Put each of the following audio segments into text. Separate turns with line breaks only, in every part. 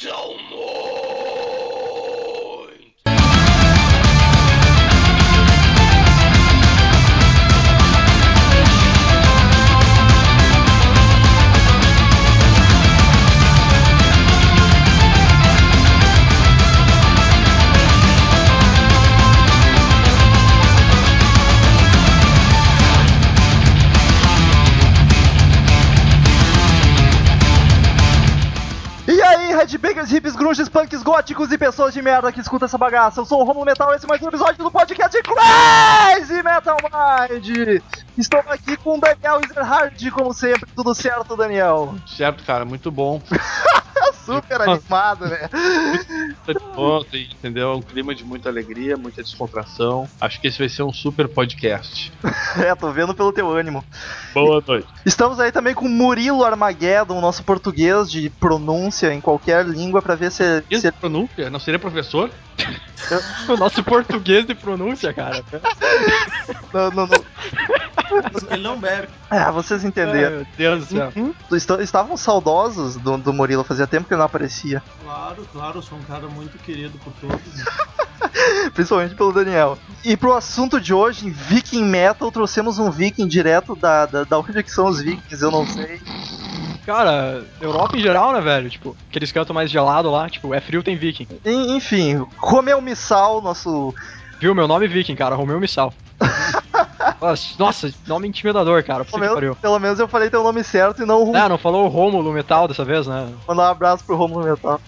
são muitos.
E aí, headbangers, hips, grunges, punks, góticos e pessoas de merda que escuta essa bagaça. Eu sou o Romulo Metal, esse é mais um episódio do podcast Crazy Metal Mind. Estou aqui com o Daniel Ezerhard, como sempre. Tudo certo, Daniel?
Certo, cara, muito bom.
Tá super animado, né?
Bom, tem, entendeu? É um clima de muita alegria, muita descontração. Acho que esse vai ser um super podcast.
É, tô vendo pelo teu ânimo.
Boa noite.
Estamos aí também com o Murilo Armageddon, nosso português de pronúncia em qualquer língua, pra ver se, se
é
Isso, pronúncia? Não seria professor?
O nosso português de pronúncia, cara.
não- não- não-
Ele não bebe.
Ah, vocês entenderam.
Meu Deus do céu.
Est- Estavam saudosos do, do Murilo, fazia tempo que ele não aparecia.
Claro, claro, sou um cara muito querido por todos.
Principalmente pelo Daniel. E pro assunto de hoje, em Viking Metal, trouxemos um Viking direto da, da, da onde é que são os Vikings, eu não sei.
Cara, Europa em geral, né, velho? Tipo, aqueles cantos mais gelado lá, tipo, é frio, tem viking.
En- enfim, Romeu Missal, nosso.
Viu? Meu nome é viking, cara, Romeu Missal. Nossa, Nossa, nome intimidador, cara, puta que
Romeu,
pariu.
pelo menos eu falei teu nome certo e não o
Ah, não falou o Rômulo Metal dessa vez, né?
Mandar um abraço pro Romulo Metal.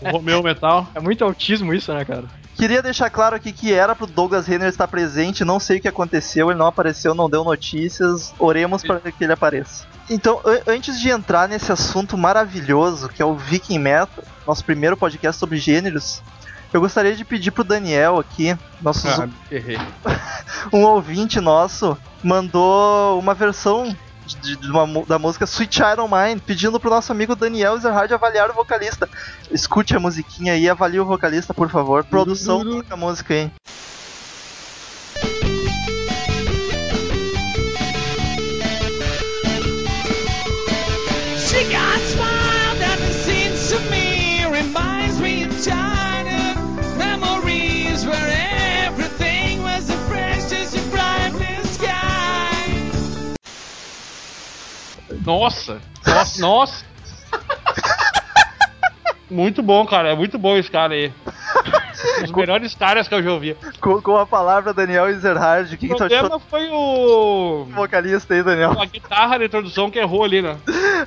O Romeu Metal.
É muito autismo isso, né, cara?
Queria deixar claro aqui que era pro Douglas Renner estar presente, não sei o que aconteceu, ele não apareceu, não deu notícias, oremos para que ele apareça. Então, an- antes de entrar nesse assunto maravilhoso que é o Viking Metal, nosso primeiro podcast sobre gêneros, eu gostaria de pedir pro Daniel aqui, nosso
Ah, errei.
um ouvinte nosso mandou uma versão de, de uma mu- da música Sweet Iron Mind, pedindo pro nosso amigo Daniel Zerhard avaliar o vocalista. Escute a musiquinha aí, avalie o vocalista, por favor. Produção, toca a música aí.
She got a smile that seems to me reminds me of childhood memories where everything was as fresh as a bright blue sky.
Nossa! Nossa! nossa. Muito bom, cara. É muito bom esse cara aí. Os melhores caras que eu já ouvi.
Com, com a palavra Daniel Zerhard, o que, tá
O
que tu achou
problema foi o.
do vocalista aí, Daniel?
A guitarra de introdução que errou ali, né?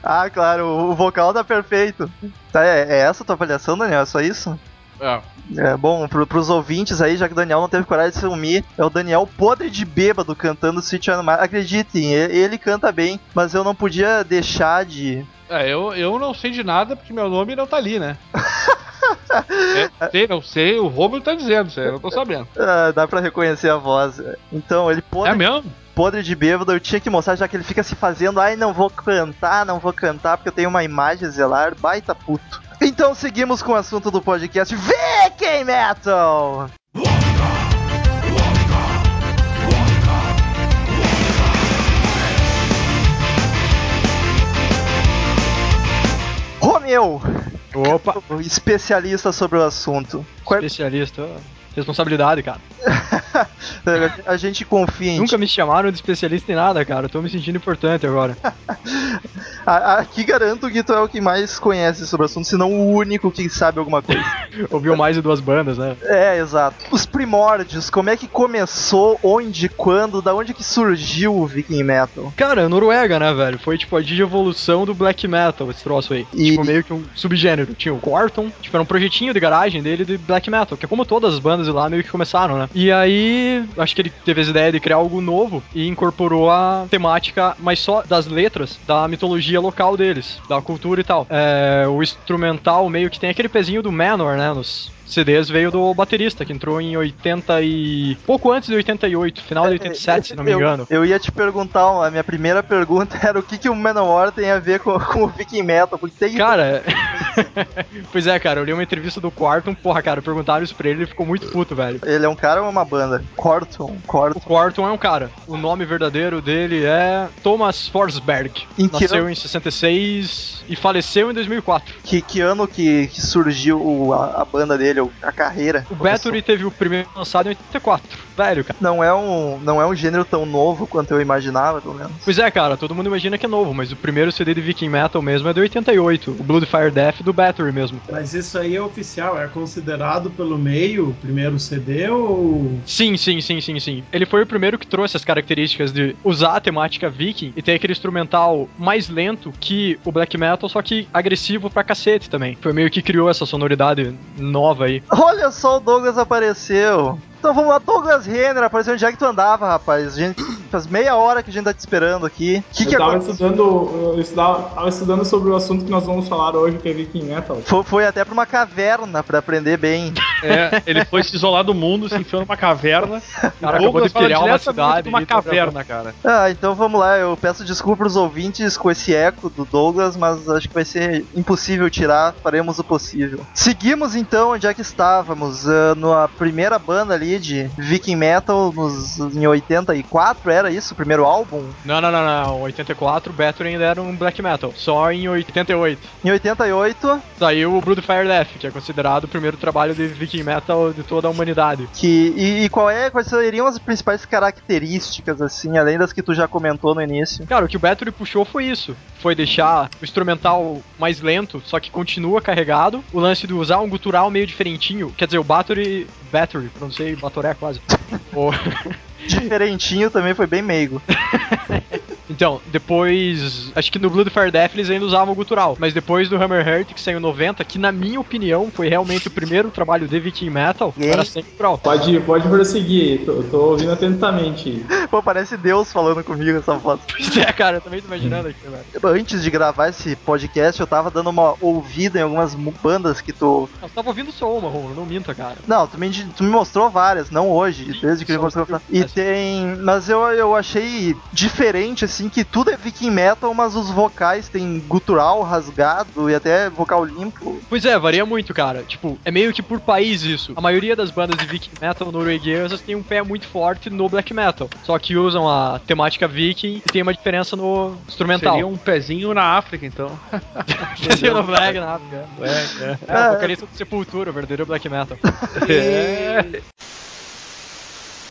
Ah, claro, o, o vocal tá perfeito. Tá, é, é essa a tua avaliação, Daniel? É só isso?
É.
É, bom, pro, pros ouvintes aí, já que o Daniel não teve coragem de se unir, é o Daniel podre de bêbado cantando Sweet Animal. Acreditem, e- ele canta bem, mas eu não podia deixar de.
É, eu, eu não sei de nada porque meu nome não tá ali, né? É, sei, não sei, o Romulo tá dizendo, isso aí eu não tô sabendo.
Ah, dá pra reconhecer a voz. Então, ele podre,
É mesmo?
podre de bêbado, eu tinha que mostrar, já que ele fica se fazendo, ai, não vou cantar, não vou cantar, porque eu tenho uma imagem a zelar, baita puto. Então, seguimos com o assunto do podcast Viking Metal! Romeu,
Opa,
especialista sobre o assunto. Qual-
especialista. Responsabilidade, cara.
A gente confia em ti.
Nunca me chamaram de especialista em nada, cara. Eu tô me sentindo importante agora.
A- Aqui garanto que tu é o que mais conhece sobre o assunto, se não o único que sabe alguma coisa.
Ouviu mais de duas bandas, né?
é, exato. Os primórdios, como é que começou, onde, quando, da onde que surgiu o Viking Metal?
Cara, Noruega, né, velho? Foi tipo a digievolução do black metal, esse troço aí.
E-
Tipo, meio que um subgênero. Tinha o Corton, tipo, era um projetinho de garagem dele de black metal, que é como todas as bandas de lá meio que começaram, né? E aí, acho que ele teve essa ideia de criar algo novo e incorporou a temática, mas só das letras, da mitologia local deles, da cultura e tal. É, o instrumental meio que tem aquele pezinho do Manor, né? Nos CDs veio do baterista, que entrou em 80 e. pouco antes de 88, final de 87, se não me
É, Eu-
engano.
Eu, ia te perguntar, a minha primeira pergunta era o que, que o Manowar tem a ver com, com o Viking Metal, porque tem
Cara, pois é, cara, eu li uma entrevista do Quarton, porra, cara, perguntaram isso pra ele, ele ficou muito puto, velho.
Ele é um cara ou é uma banda? Corton,
O
Corton.
Quarton é um cara. O nome verdadeiro dele é Thomas Forsberg.
Em que
Nasceu
ano?
em 66 e faleceu em 2004.
Que, que ano que, que surgiu o- a, a banda dele, ou a carreira?
O
Começou.
Bathory teve o primeiro lançado em 84. Velho, cara.
Não é, um, não é um gênero tão novo quanto eu imaginava, pelo menos.
Pois é, cara, todo mundo imagina que é novo, mas o primeiro CD de Viking Metal mesmo é de 88. O Blood Fire Death do Bathory mesmo.
Mas isso aí é oficial, é considerado pelo meio o primeiro CD ou.
Sim, sim, sim, sim, sim. Ele foi o primeiro que trouxe as características de usar a temática viking e ter aquele instrumental mais lento que o black metal, só que agressivo pra cacete também. Foi meio que criou essa sonoridade nova aí.
Olha só, o Douglas apareceu. Então vamos lá, Douglas Renner apareceu onde é que tu andava, rapaz? Gente, faz meia hora que a gente tá te esperando aqui. O que,
eu
que
estava
aconteceu?
estudando, eu estudava, tava estudando sobre o assunto que nós vamos falar hoje, que é Viking Metal.
Foi, foi até pra uma caverna pra aprender bem.
É, ele foi se isolar do mundo, se enfiou numa caverna.
Cara,
O
acabou de
Douglas fala
pilhar uma
diretamente
cidade.
de uma
e tá
caverna, cara.
Ah, então vamos lá. Eu peço desculpa pros ouvintes com esse eco do Douglas, mas acho que vai ser impossível tirar. Faremos o possível. Seguimos então onde é que estávamos. ah, na primeira banda ali de Viking Metal, nos, em 84, era isso? O primeiro álbum?
Não, não, não, não. 84, Bathory ainda era um black metal. Só em 88.
Em 88,
Saiu o Blood Fire Death, que é considerado o primeiro trabalho de viking metal de toda a humanidade.
Que, e, e qual é, quais seriam as principais características, assim, além das que tu já comentou no início?
Cara, o que o Bathory puxou foi isso. Foi deixar o instrumental mais lento, só que continua carregado. O lance de usar um gutural meio diferentinho. Quer dizer, o Bathory... Bathory, pronunciei Batoré quase. O-
Diferentinho também foi bem meigo.
Então, depois. Acho que no Blood Fire Death eles ainda usavam o gutural. Mas depois do Hammerheart, que saiu em 90, que na minha opinião foi realmente o primeiro trabalho de Viking Metal,
Hein?
era sem gutural.
Pode, pode prosseguir, tô, tô ouvindo atentamente.
Pô, parece Deus falando comigo essa foto.
Pois é, cara, eu também tô imaginando aqui, velho.
Antes de gravar esse podcast, eu tava dando uma ouvida em algumas mu- bandas que tu.
Eu tava ouvindo só uma, Romulo, não minta, cara.
Não, tu me, indi- tu me mostrou várias, não hoje, desde que ele
só
mostrou.
ouvi-
E
essa.
tem. Mas eu, eu achei diferente, assim, que tudo é Viking Metal, mas os vocais tem gutural, rasgado e até vocal limpo.
Pois é, varia muito, cara. Tipo, é meio que por país isso. A maioria das bandas de Viking Metal norueguesas tem um pé muito forte no black metal. Só que usam a temática Viking e tem uma diferença no instrumental.
Seria um pezinho na África, então.
Seria no black, na África.
É,
É, o vocalista do Sepultura, o verdadeiro black metal.
é. é.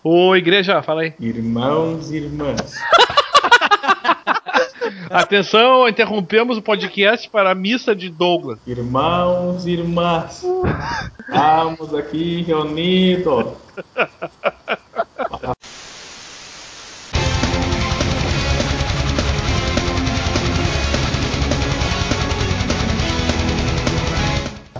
Ô, igreja, fala aí.
Irmãos e irmãs.
Atenção, interrompemos o podcast para a missa de Douglas.
Irmãos e irmãs, estamos aqui reunidos.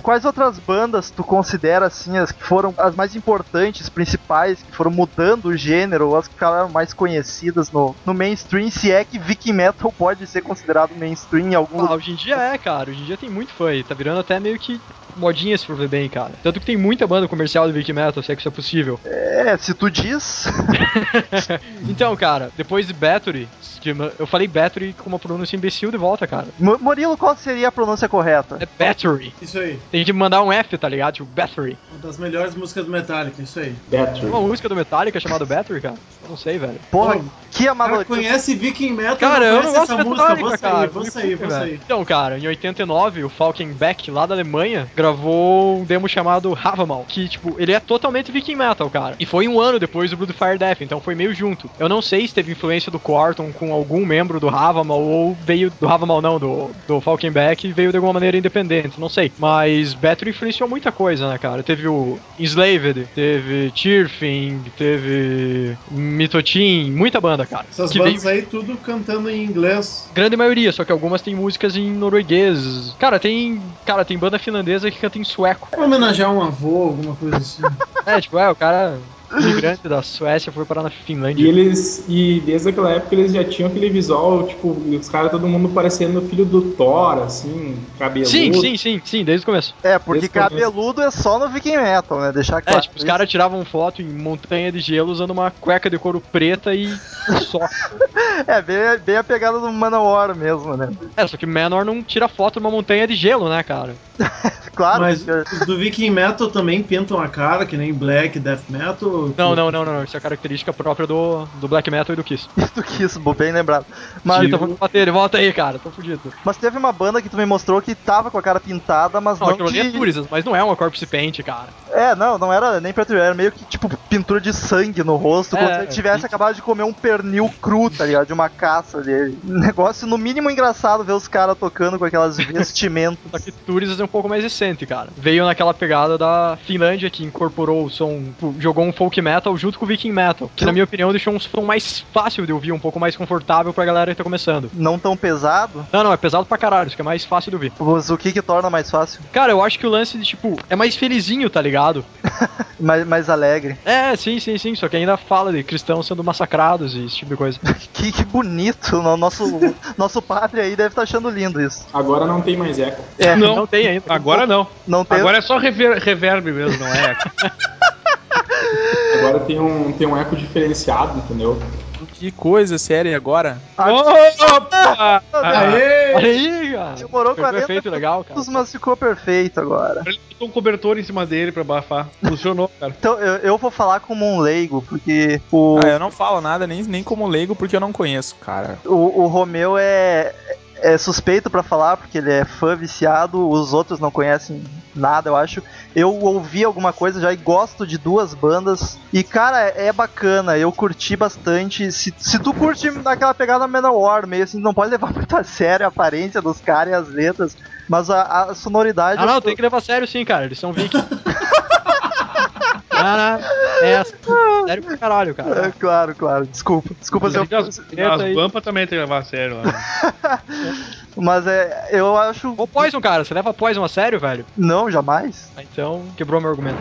Quais outras bandas tu considera assim as que foram as mais importantes, principais, que foram mudando o gênero, ou as que ficaram mais conhecidas no, no mainstream, se é que Viking Metal pode ser considerado mainstream em algum
Ah,
lugar?
hoje em dia é, cara. Hoje em dia tem muito fã aí. Tá virando até meio que modinha se for ver bem, cara. Tanto que tem muita banda comercial de Viking Metal, se é que isso é possível.
É, se tu diz.
Então, cara, depois de Battery, que ma- eu falei Battery com uma pronúncia imbecil de volta, cara.
Mo- Murilo, qual seria a pronúncia correta?
É Battery.
Isso aí.
Tem que mandar um F, tá ligado? Tipo, Battery.
Uma das melhores músicas do Metallica, isso aí.
Tem
Battery.
uma música do Metallica chamada Battery, cara? Eu não sei, velho.
Porra,
Pô,
que
Cara,
amador.
conhece Viking Metal?
Cara, eu não
conhece
gosto de
essa música.
Metallica,
Vou
cara.
sair, vou
Me
sair, vou
culpe, velho.
sair.
Então, cara, em 89, o Falkenbeck, lá da Alemanha, gravou um demo chamado Havamal, que, tipo, ele é totalmente Viking Metal, cara. E foi um ano depois do Blood Fire Death, então foi meio junto. Eu não sei se teve influência do Corton com algum membro do Havamal, ou veio do Havamal, não, do, do Falkenbeck, e veio de alguma maneira independente, não sei. Mas Battery influenciou muita coisa, né, cara? Teve o Enslaved, teve Tearfing, teve Mitotin, muita banda, cara.
Essas
que veio
bandas aí tudo cantando em inglês.
Grande maioria, só que algumas tem músicas em norueguês. Cara, tem. Cara, tem banda finlandesa que canta em sueco.
Pra homenagear um avô, alguma coisa assim.
É, tipo, é, o cara. imigrante da Suécia foi parar na Finlândia.
E eles. E desde aquela época eles já tinham aquele visual, tipo, os caras, todo mundo parecendo filho do Thor, assim,
é
cabeludo.
Sim, sim, sim, sim, desde o começo.
É, porque
Esse também.
cabeludo é só no Viking Metal, né? Deixar
É,
claro.
tipo, os caras tiravam foto em montanha de gelo usando uma cueca de couro preta e só.
É, bem, bem a pegada do Manowar mesmo, né?
É, só que Menor não tira foto numa montanha de gelo, né, cara?
Claro.
Mas
porque-
os do Viking Metal também pintam a cara, que nem Black, Death Metal.
Não, não, não, não, não. Isso é característica própria do, do Black Metal e do Kiss.
do que isso, bo- bem lembrado. Mas,
Mas então vamos bater ele, volta aí, cara, tô fudido.
mas teve uma banda que tu me mostrou que tava com a cara pintada, mas
Não,
não.
aquilo ali é
de-
Turisas, mas não é uma corpse paint, cara.
É, não, não era nem preto, e branco, era meio que tipo pintura de sangue no rosto, como
É,
se ele tivesse
isso.
acabado de comer um pernil cru, tá ligado? De uma caça dele. Um negócio no mínimo engraçado ver os caras tocando com aquelas vestimentas.
Só que Turisas é um pouco mais recente, cara. Veio naquela pegada da Finlândia que incorporou o som, tipo, jogou um folk metal junto com o viking metal, que na minha opinião deixou um som mais fácil de ouvir, um pouco mais confortável pra galera que tá começando.
Não tão pesado,
Não, não, é pesado pra caralho, isso que é mais fácil de ouvir.
mas o que que torna mais fácil?
Cara, eu acho que o lance de, tipo, é mais felizinho, tá ligado?
Mais, mais alegre.
É, sim, sim, sim, só que ainda fala de cristãos sendo massacrados e esse tipo de coisa.
Que, que bonito, no- nosso, nosso padre aí deve estar achando lindo isso.
Agora não tem mais eco.
É,
Não.
Não tem ainda.
Agora não.
não tem.
Agora é só rever- reverb mesmo, não é?
Agora tem um, tem um eco diferenciado, entendeu?
Que coisa séria agora.
Opa!
Olha aí, cara.
Demorou
Pegou
40
efeito tá legal, cara.
minutos, mas ficou perfeito agora.
Ele botou um cobertor em cima dele pra abafar. Funcionou, cara.
Então eu, eu vou falar como um leigo, porque o,
Ah, eu não falo nada nem, nem como leigo porque eu não conheço, cara.
o, o Romeu é, é suspeito pra falar, porque ele é fã viciado, os outros não conhecem nada, eu acho. Eu ouvi alguma coisa já e gosto de duas bandas. E, cara, é bacana, eu curti bastante. Se, se tu curte daquela pegada Manowar, meio assim, não pode levar muito a sério a aparência dos caras e as letras, mas a, a sonoridade.
Ah, não,
eu-
tem que levar a sério sim, cara. Eles são vikings. Cara, é sério pra caralho,
É,
cara.
claro, claro, desculpa. Desculpa se eu.
As,
Tenta aí.
as bampas também tem que levar a sério. Lá.
Mas é, eu acho.
Ô Poison, cara, você leva Poison a sério, velho?
Não, jamais.
Ah, Então, quebrou meu argumento.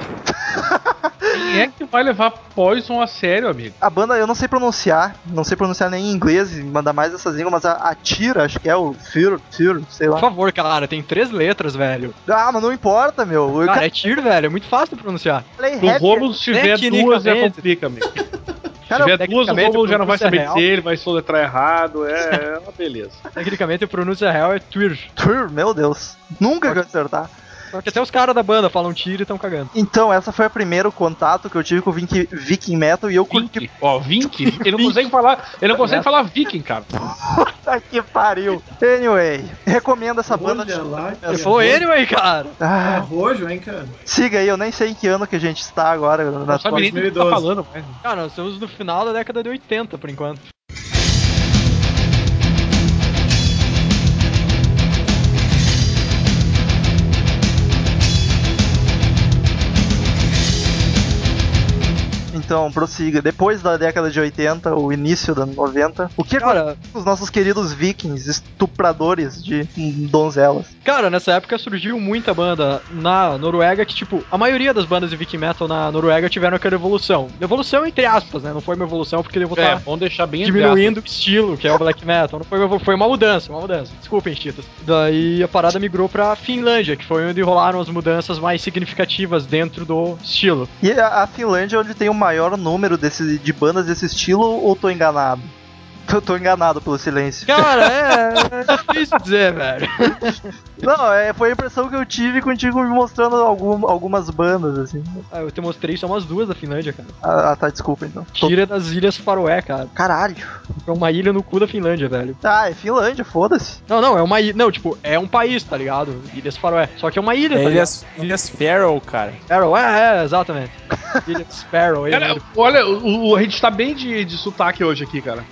Quem é que vai levar Poison a sério, amigo?
A banda, eu não sei pronunciar, não sei pronunciar nem em inglês, e mandar mais essas línguas, mas a, a Tira, acho que é o Fear, Fear, sei
Por
lá.
favor, cara, tem três letras, velho.
Ah, mas não importa, meu. Eu
Cara, é tir, velho, é muito fácil de pronunciar.
falei
Se
É,
o
rap.
Romulo
né,
se tiver duas, já
Tecnicamente.
complica, amigo. Se tiver
Cara,
duas, o
tecnicamente,
Romulo já não vai
pronúncia
saber
real.
dizer, ele vai soletrar errado. É, é uma beleza.
Tecnicamente, a pronúncia real é twir.
Fear, meu Deus. Nunca que eu acertar.
Só que até os caras da banda falam tir e tão cagando.
Então, essa foi o primeiro contato que eu tive com o Vink- Viking Metal e eu curti.
Vink, ó, Vink. Ele não consegue falar, ele não consegue falar Viking, cara.
Puta que pariu. Anyway, recomendo essa banda.
Olha lá, que
Eu sou ele, anyway, cara.
é
Ah,
Arrojo, hein, cara?
siga aí, eu nem sei em que ano que a gente está agora. Na
Não sabe nem do que tá
2012.
falando, mas...
Cara, nós estamos no final da década de 80, por enquanto.
Então, prossiga. Depois da década de 80, o início da 90, o que aconteceu
Cara,
com os nossos queridos vikings, estupradores de hum, donzelas?
Cara, nessa época surgiu muita banda na Noruega que, tipo, a maioria das bandas de Viking Metal na Noruega tiveram aquela evolução. Evolução entre aspas, né? Não foi uma evolução porque eu vou
É,
estar
vamos deixar bem entre aspas.
diminuindo o estilo, que é o Black Metal. Não foi, uma, evolu- foi uma mudança, uma mudança. Desculpem, Titas. Daí a parada migrou pra Finlândia, que foi onde rolaram as mudanças mais significativas dentro do estilo.
E a, a Finlândia é onde tem o maior número desse, de bandas desse estilo, ou tô enganado? Eu tô enganado pelo silêncio.
Cara, é, é difícil dizer, velho.
Não, é, foi a impressão que eu tive contigo me mostrando algum- algumas bandas, assim.
Ah, eu te mostrei só umas duas da Finlândia, cara.
Ah, ah, tá, desculpa então. Tô-
Tira das Ilhas Faroé, cara.
Caralho.
É uma ilha no cu da Finlândia, velho.
Ah, é Finlândia, foda-se.
Não, não, é uma ilha. Não, tipo, é um país, tá ligado? Ilhas Faroé. Só que é uma ilha,
É
tá ligado?
Ilhas, Ilhas Feral, cara.
Sparrow, é, é, exatamente. Ilhas Sparrow, é aí,
Cara, olha, o, o- a gente tá bem de, de sotaque hoje aqui, cara.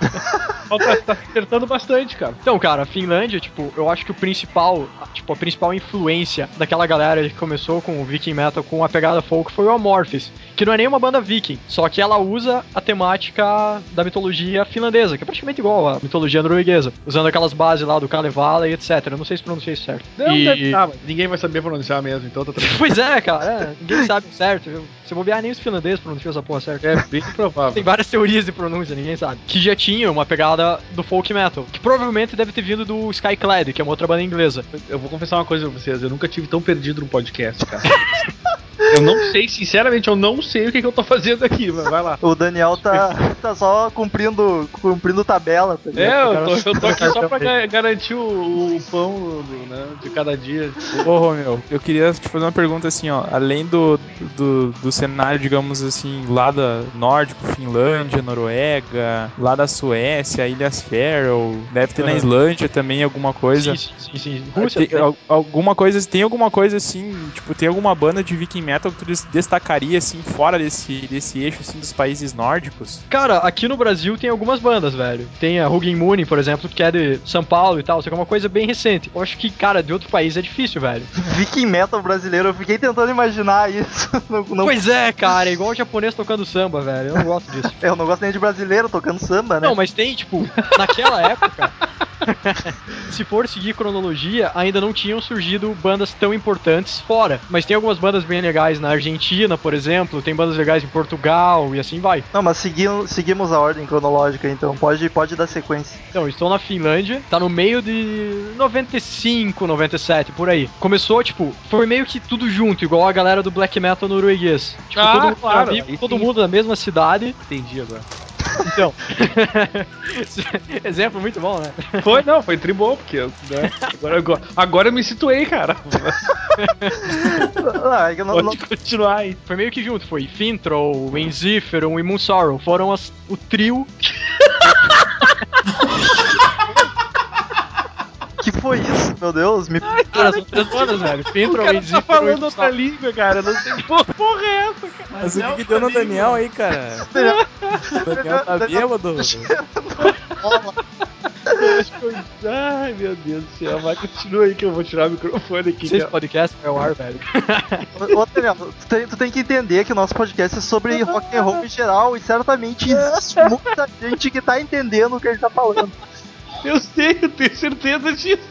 pessoal tá, tá se acertando bastante, cara.
Então, cara, a Finlândia, tipo, eu acho que o principal, a- tipo, a principal influência daquela galera que começou com o Viking Metal com a pegada folk foi o Amorphis, que não é nenhuma banda viking, só que ela usa a temática da mitologia finlandesa, que é praticamente igual à mitologia norueguesa, usando aquelas bases lá do Kalevala e etc. Eu não sei se pronunciei isso certo.
Não,
E-
deve- ah, mas ninguém vai saber pronunciar mesmo, então tá tranquilo.
Pois é, cara, é, ninguém sabe o certo. viu? Se bobear nem os finlandeses pronunciam essa porra certa.
É bem provável.
Tem várias teorias de pronúncia, ninguém sabe. Que já tinha uma pegada do folk metal, que provavelmente deve ter vindo do Skyclad, que é uma outra banda inglesa.
Eu vou confessar uma coisa pra vocês, eu nunca tive tão perdido num podcast, cara. Eu não sei, sinceramente, eu não sei o que, que eu tô fazendo aqui, mas vai lá.
O Daniel tá, tá só cumprindo, cumprindo tabela. Tá ligado?
É, eu tô, eu tô aqui só pra ga- garantir o, o pão né, de cada dia.
Ô, Romeu, eu queria te fazer uma pergunta assim, ó. Além do, do, do cenário, digamos assim, lá da Nórdico, Finlândia, Noruega, lá da Suécia, Ilhas Faroe, deve ter na
Aham.
Islândia também alguma
é.
coisa.
Sim, sim, sim, sim. Rússia.
Tem al- alguma coisa, tem alguma coisa assim, tipo, tem alguma banda de Viking Metal que tu des- destacaria assim fora desse, desse eixo assim dos países nórdicos?
Cara, aqui no Brasil tem algumas bandas, velho. Tem a Hugin Moon, por exemplo, que é de São Paulo e tal, só que é uma coisa bem recente. Eu acho que, cara, de outro país é difícil, velho.
Viking Metal brasileiro, eu fiquei tentando imaginar isso. Não, não-
Pois é, cara, é igual o japonês tocando samba, velho. Eu não gosto disso.
eu não gosto nem de brasileiro tocando samba, né?
Não, mas tem, tipo, naquela época. se for seguir cronologia, ainda não tinham surgido bandas tão importantes fora. Mas tem algumas bandas bem legais na Argentina, por exemplo, tem bandas legais em Portugal e assim vai.
Não, mas segui- seguimos a ordem cronológica, então pode, pode dar sequência.
Então, estou na Finlândia, tá no meio de 95, 97, por aí. Começou, tipo, foi meio que tudo junto, igual a galera do black metal norueguês. Tipo,
Ah,
todo mundo
claro,
era vivo,
aí
todo
sim.
mundo na mesma cidade.
Entendi agora.
Então, exemplo muito bom, né?
Foi, não, foi tribom, porque né, agora, agora, agora eu me situei, cara.
Ah, é que eu não- não-
Pode continuar aí.
Foi meio que junto, foi Fintroll, Enziferon e Moonsorrow. Foram as- o trio.
que foi isso, meu Deus? Me...
Cara, são três bandas, velho.
O
Fintroll,
cara tá
Enziferon e
falando outra
Moonsorrow.
língua, cara. eu Não sei que porra é essa.
Mas o que, que deu no Daniel aí, cara? o Daniel tá bêbado.
Ai, meu Deus do céu. Vai, continua aí que eu vou tirar o microfone aqui. né?
Esse
cara.
podcast é o ar, velho.
Ô, Daniel, tu tem, tu tem que entender que o nosso podcast é sobre rock and roll em geral e certamente existe muita gente que tá entendendo o que a gente tá falando.
Eu sei, eu tenho certeza disso.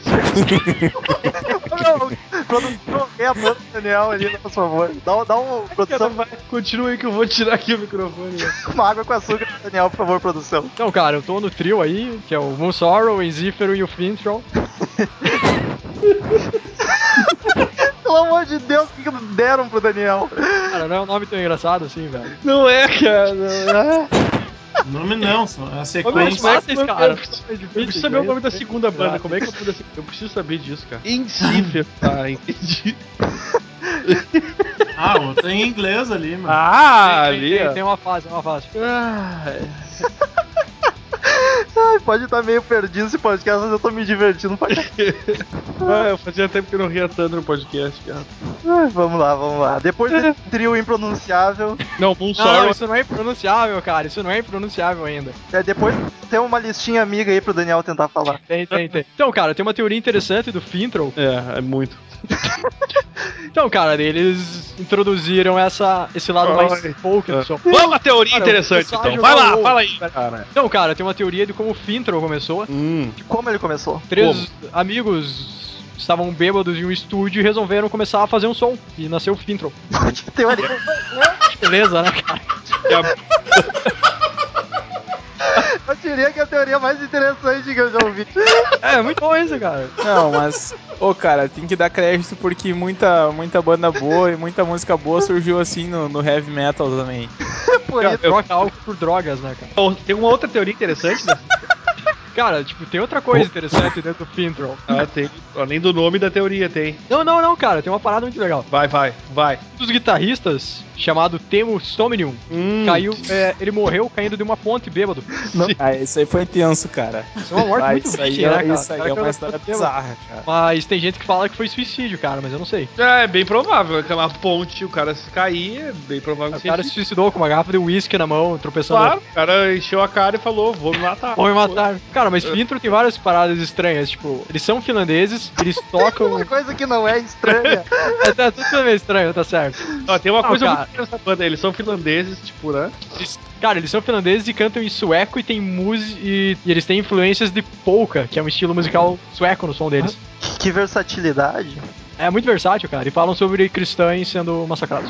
Não, produção, vem a banda do Daniel ali, por favor. Dá, dá um,
Cara,
produção,
vai, continua aí que eu vou tirar aqui o microfone. né?
uma água com açúcar pro Daniel, por favor, produção.
Então, cara, eu tô no trio aí, que é o Moonsorrow, o Enziferon e o Fintroll.
Pelo amor de Deus, o que, que deram pro Daniel?
Cara, não é um nome tão engraçado assim, velho.
Não é, cara. Não é.
Nome não, só- é a
Mas
sequência.
como é que vocês, cara?
Eu preciso- eu preciso saber o nome da segunda banda. Como é que é o nome da segunda? Eu preciso saber disso, cara. Incifer. Ah, entendi.
Ah, outra em inglês ali, mano.
Ah,
tem, tem, tem uma fase, é uma fase.
Ai, pode estar meio perdido esse podcast, mas eu tô me divertindo pra caralho.
Ah, eu fazia tempo que eu não ria tanto no podcast, cara.
Ai, Vamos lá, vamos lá. Depois desse trio impronunciável,
Não, um
Não, não,
sorry.
isso não é impronunciável, cara. Isso não é impronunciável ainda.
é, depois tem uma listinha amiga aí pro Daniel tentar falar.
Tem, tem, tem. Então, cara, tem uma teoria interessante do Fintroll,
É, é muito.
Então, cara, eles introduziram essa, esse lado
Ai.
mais folk do som.
Vamos à teoria
Cara,
interessante,
o pessoal
então. Vai
jogou
lá,
o-
fala aí, cara.
Então, cara, tem uma teoria de como o Fintroll começou.
Hum.
Como ele começou?
Três amigos estavam bêbados em um estúdio e resolveram começar a fazer um som. E nasceu o Fintroll.
Que teoria?
Beleza, né, cara?
Eu diria que é a teoria mais interessante que eu já ouvi.
É, muito bom isso, cara.
Não, mas, ô cara, tem que dar crédito porque muita, muita banda boa e muita música boa surgiu assim no, no heavy metal também.
Por isso. é
Troca álcool por drogas, né, cara?
Tem uma outra teoria interessante. né?
Cara, tipo, tem outra coisa interessante dentro do Fintroll.
Ah, tem. Além do nome da teoria, tem.
Não, não, não, cara, tem uma parada muito legal.
Vai, vai, vai.
Um dos guitarristas, chamado Temo Somnium,
Hum.
caiu, é, ele morreu caindo de uma ponte bêbado.
Ah, isso aí foi tenso, cara.
Isso é uma morte
Ah,
muito
isso aí,
vítima, né,
é,
cara?
isso
O
aí
cara
é
caiu
uma
da
história
ponte bêbado.
bizarra, cara.
Mas tem gente que fala que foi suicídio, cara, mas eu não sei.
É, é bem provável. que Uma ponte, o cara se cair, é bem provável que
O
seja.
cara se suicidou com uma garrafa de uísque na mão, tropeçando.
Claro, o cara encheu a cara e falou, vou me matar.
Vão me matar. Cara, mas Fintro tem várias paradas estranhas. Tipo, eles são finlandeses, eles tocam.
Uma coisa que não é estranha.
é, tá tudo meio estranho, tá certo.
Ó, tem uma
Não,
coisa
cara.
muito interessante nessa banda, eles são finlandeses, tipo, né?
Eles- cara, eles são finlandeses e cantam em sueco e tem música. E, e eles têm influências de polka, que é um estilo musical sueco no som deles.
Que- que versatilidade.
É muito versátil, cara. E falam sobre cristãs sendo massacrados.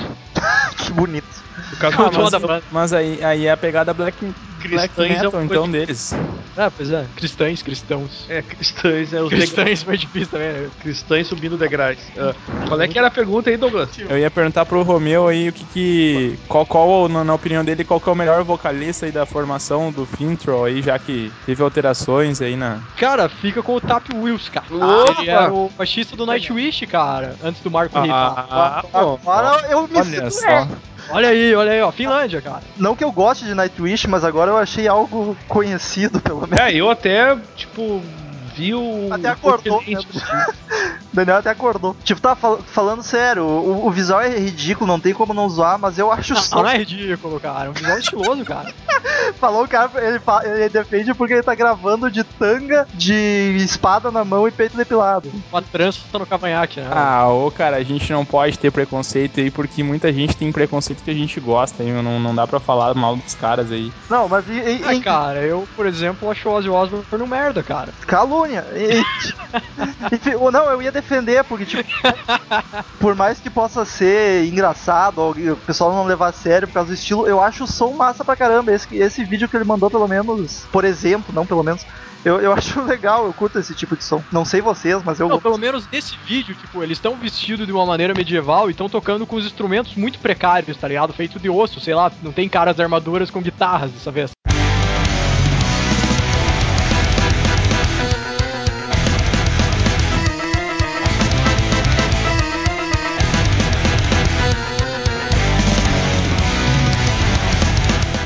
Que bonito.
No caso
Ah,
do
mas-
John
Mas aí, aí é a pegada Black, Black
Cristãs é
Metal,
uma
então,
coisa-
deles.
É, pois é. Cristãs, cristãos.
É, cristãs, é os degra-
Cristãs foi difícil também, né?
cristãs subindo degraus. Ah, qual é que era a pergunta aí, Douglas?
Eu ia perguntar pro Romeu aí o que que... Qual, qual na, na opinião dele, qual que é o melhor vocalista aí da formação do Fintroll aí, já que teve alterações aí na...
Cara, fica com o Tap Wills, cara. Ah,
Opa!
Ele era o baixista do Nightwish, cara, antes do Marco Rita.
Ah, bom.
Agora eu me
Olha
sinto.
só.
Olha aí, olha aí, ó. Finlândia, cara.
Não que eu goste de Nightwish, mas agora eu achei algo conhecido, pelo menos.
É, eu até, tipo, vi o...
Até acordou, né?
o Fidente.
Daniel até acordou. Tipo, tá fal- falando sério, o, o visual é ridículo, não tem como não zoar, mas eu acho
Não,
só.
não é ridículo, cara. É um visual estiloso, cara.
Falou o cara, ele, fa- ele defende porque ele tá gravando de tanga, de espada na mão e peito depilado.
Uma trança no cavanhaque, né?
Ah, ô cara, a gente não pode ter preconceito aí, porque muita gente tem preconceito que a gente gosta, hein? Não, não dá pra falar mal dos caras aí.
Não, mas e, e-
Ah,
e-
cara, eu, por exemplo, acho o Ozzy Osbourne um merda, cara.
calúnia. E- e- enfim, ou não, eu ia defender, porque, tipo, por mais que possa ser engraçado, ou o pessoal não levar a sério por causa do estilo, eu acho o som massa pra caramba. Esse, esse vídeo que ele mandou, pelo menos, por exemplo, não pelo menos, eu, eu acho legal, eu curto esse tipo de som. Não sei vocês, mas eu
Não, pelo menos nesse vídeo, tipo, eles estão vestidos de uma maneira medieval e estão tocando com os instrumentos muito precários, tá ligado? Feito de osso, sei lá, não tem caras de armaduras com guitarras dessa vez.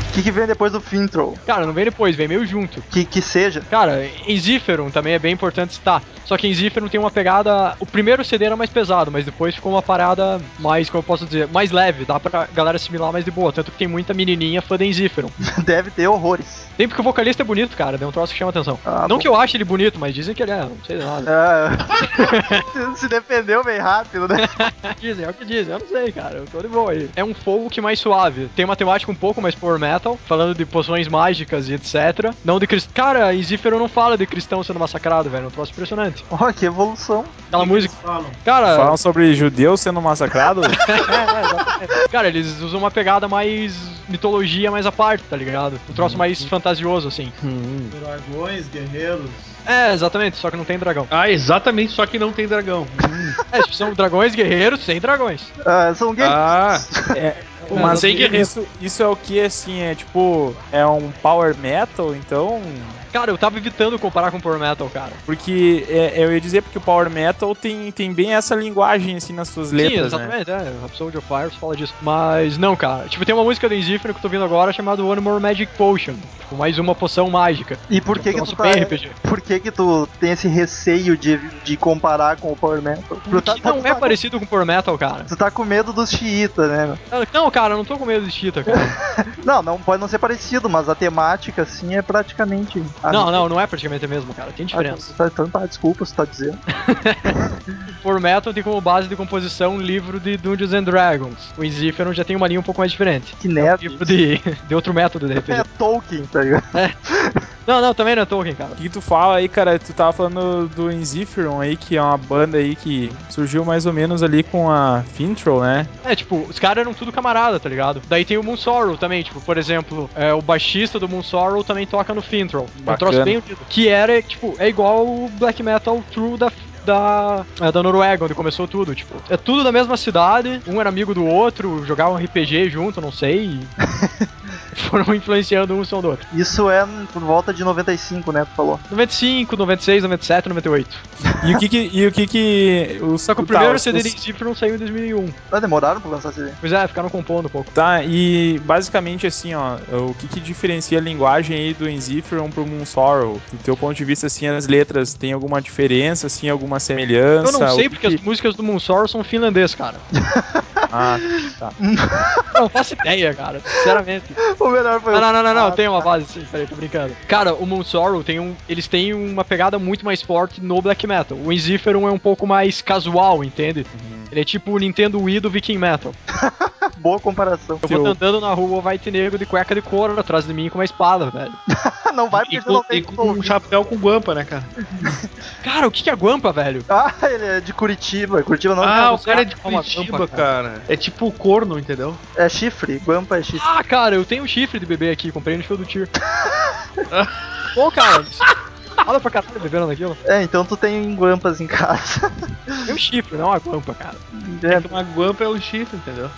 O que, que vem depois do Fintroll?
Cara, não vem depois, vem meio junto.
Que, que seja.
Cara, Enziferum também é bem importante citar. Só que Enziferum tem uma pegada. O primeiro CD era mais pesado, mas depois ficou uma parada mais, como eu posso dizer, mais leve. Dá pra galera assimilar mais de boa. Tanto que tem muita menininha fã de Enziferum.
Deve ter horrores.
Tem porque o vocalista é bonito, cara. Deu um troço que chama atenção.
Ah,
não
bom.
que eu ache ele bonito, mas dizem que ele é. Não sei lá.
Ah, se defendeu bem rápido, né?
Dizem, é o que dizem, eu não sei, cara, eu tô de boa aí. É um folk mais suave, tem uma temática um pouco mais power metal, falando de poções mágicas e etc. Não de cristão. Cara, Isífero não fala de cristão sendo massacrado, velho, é um troço impressionante.
Ó, que evolução.
Aquela música.
Falam.
Cara, é,
Falam sobre judeus sendo massacrados?
cara, eles usam uma pegada mais mitologia mais à parte, tá ligado? Um troço mais fantasioso, assim.
Hum.
Dragões, guerreiros.
É, exatamente, só que não tem dragão.
Ah, exatamente, só que não tem dragão.
É, tipo, são dragões guerreiros sem dragões.
Ah, são gays.
Ah,
É, Mas
tem guerreiro.
isso, isso é o que, assim, é tipo... É um power metal, então...
Cara, eu tava evitando comparar com power metal, cara.
Porque é, eu ia dizer porque o power metal tem, tem bem essa linguagem, assim, nas suas letras,
Sim,
né?
exatamente, é. Rhapsody of Fires fala disso. Mas não, cara. Tipo, tem uma música do Inzifre que eu tô vendo agora chamada One More Magic Potion. Tipo, mais uma poção mágica.
E por que
É um
que tu
troço
tá...
bem RPG.
Por que que tu tem esse receio de, de comparar com o Power Metal? Tu tá,
Que não
tu
é
tá-
parecido com Power Metal, cara.
Tu tá com medo dos xiita, né?
Não, cara, eu não tô com medo de Cheetah, cara.
Não, não pode não ser parecido, mas a temática, assim, é praticamente... a
não,
mesma-
não, não é praticamente a mesma, cara. Tem
Ah,
diferença.
tá, então, tá, desculpa se tá dizendo.
Power Metal tem como base de composição um livro de Dungeons and Dragons. O Inzifre já tem uma linha um pouco mais diferente.
Que nerd.
Tipo de, de outro método de
É
RPG.
Tolkien, tá ligado?
Não, não, também não é Tolkien, cara.
O que tu fala aí, cara? Tu tava falando do Enziferon aí, que é uma banda aí que surgiu mais ou menos ali com a Fintroll, né?
É, tipo, os caras eram tudo camarada, tá ligado? Daí tem o Moon Sorrow também, tipo, por exemplo, é, o baixista do Moon Sorrow também toca no Fintroll. Um
Bacana.
troço bem unido. Que era, tipo, é igual o black metal true da. Da, é, da Noruega, onde começou tudo, tipo, é tudo da mesma cidade, um era amigo do outro, jogavam RPG junto, não sei. e- foram influenciando um som do outro.
Isso é por volta de 95, né? Tu falou.
95, 96, 97, 98.
E o que que. E o que, que os,
Só que o primeiro
tá, os-
CD em si não saiu em 2001.
Ah, demoraram pra lançar CD.
tipo, Pois é, ficaram compondo um pouco.
Tá, e basicamente assim, ó, o que, que diferencia a linguagem aí do Enziferon pro Moonsorrow? Do teu ponto de vista, assim, as letras tem alguma diferença, assim, alguma semelhança?
Eu não sei
O que
porque as
que-
músicas do Moonsorrow são finlandês, cara.
Ah,
Não faço ideia, cara. Sinceramente.
O melhor foi.
Ah, não, não, não, não. Tem uma base sim. Peraí, tô brincando. Cara, o Moonsorrow tem um. Eles têm uma pegada muito mais forte no black metal. O Enziferum é um pouco mais casual, entende? Ele é tipo o Nintendo Wii do Viking Metal.
Ah, Boa comparação.
Eu vou andando na rua, vai ter negro de cueca de couro atrás de mim com uma espada, velho.
Ah, não vai porque
E
tu não
com,
tem
e com um
como.
chapéu com guampa, né, cara?
Cara, o que que é guampa, velho?
Ah, ele é de Curitiba. Curitiba não
Ah,
não,
o cara é de
é uma
Curitiba,
tampa,
cara. É tipo o corno, entendeu?
é chifre. Guampa é chifre.
Ah, cara, eu tenho um chifre de bebê aqui, comprei no show do tiro. Pô, cara, fala pra caralho bebendo naquilo.
É, então tu tem guampas em casa.
Tem um chifre, não uma guampa, cara.
É,
Uma guampa é um chifre, entendeu?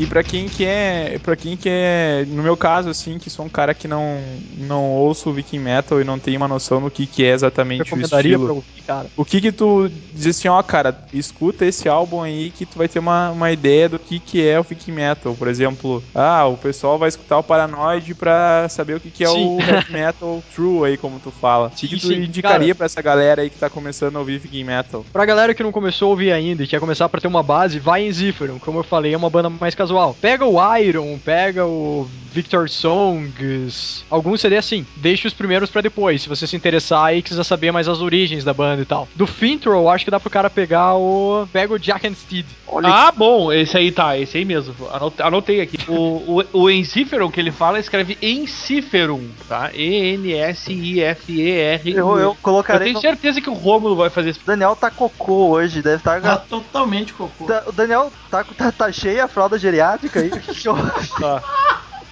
E pra quem que é, para quem que é, no meu caso assim, que sou um cara que não não ouço Viking Metal e não tenho uma noção do que que é exatamente o
Recomendaria pra
estilo.
ouvir, cara.
O que que tu diz assim, ó, cara, escuta esse álbum aí que tu vai ter uma, uma ideia do que que é o Viking Metal, por exemplo. Ah, o pessoal vai escutar o Paranoid pra saber o que que é o
Sim.
heavy metal true aí como tu fala. O
Sim,
que, que tu
sim,
indicaria pra essa galera aí que tá começando a ouvir Viking Metal?
Pra galera que não começou a ouvir ainda e quer começar pra ter uma base, vai em Zifferon, como eu falei, é uma banda mais casual. Pega o Iron, pega o Victor Songs, alguns CD assim. Deixa os primeiros pra depois, se você se interessar e quiser saber mais as origens da banda e tal. Do Fintroll, acho que dá pro cara pegar o. Pega o Jack and Steed.
olha
Ah, bom, esse aí tá, esse aí mesmo. Anote- Anotei aqui. O, o, o Enciferum que ele fala escreve Enciferum, tá? E-N-S-I-F-E-R.
Eu, eu
Eu
colocarei.
tenho
no-
certeza que o Rômulo vai fazer isso.
O Daniel tá cocô hoje, deve estar.
Ah.
Tá totalmente cocô.
Da- O Daniel tá, tá, tá cheia a fralda geriátrica aí. Que horror.
Tá.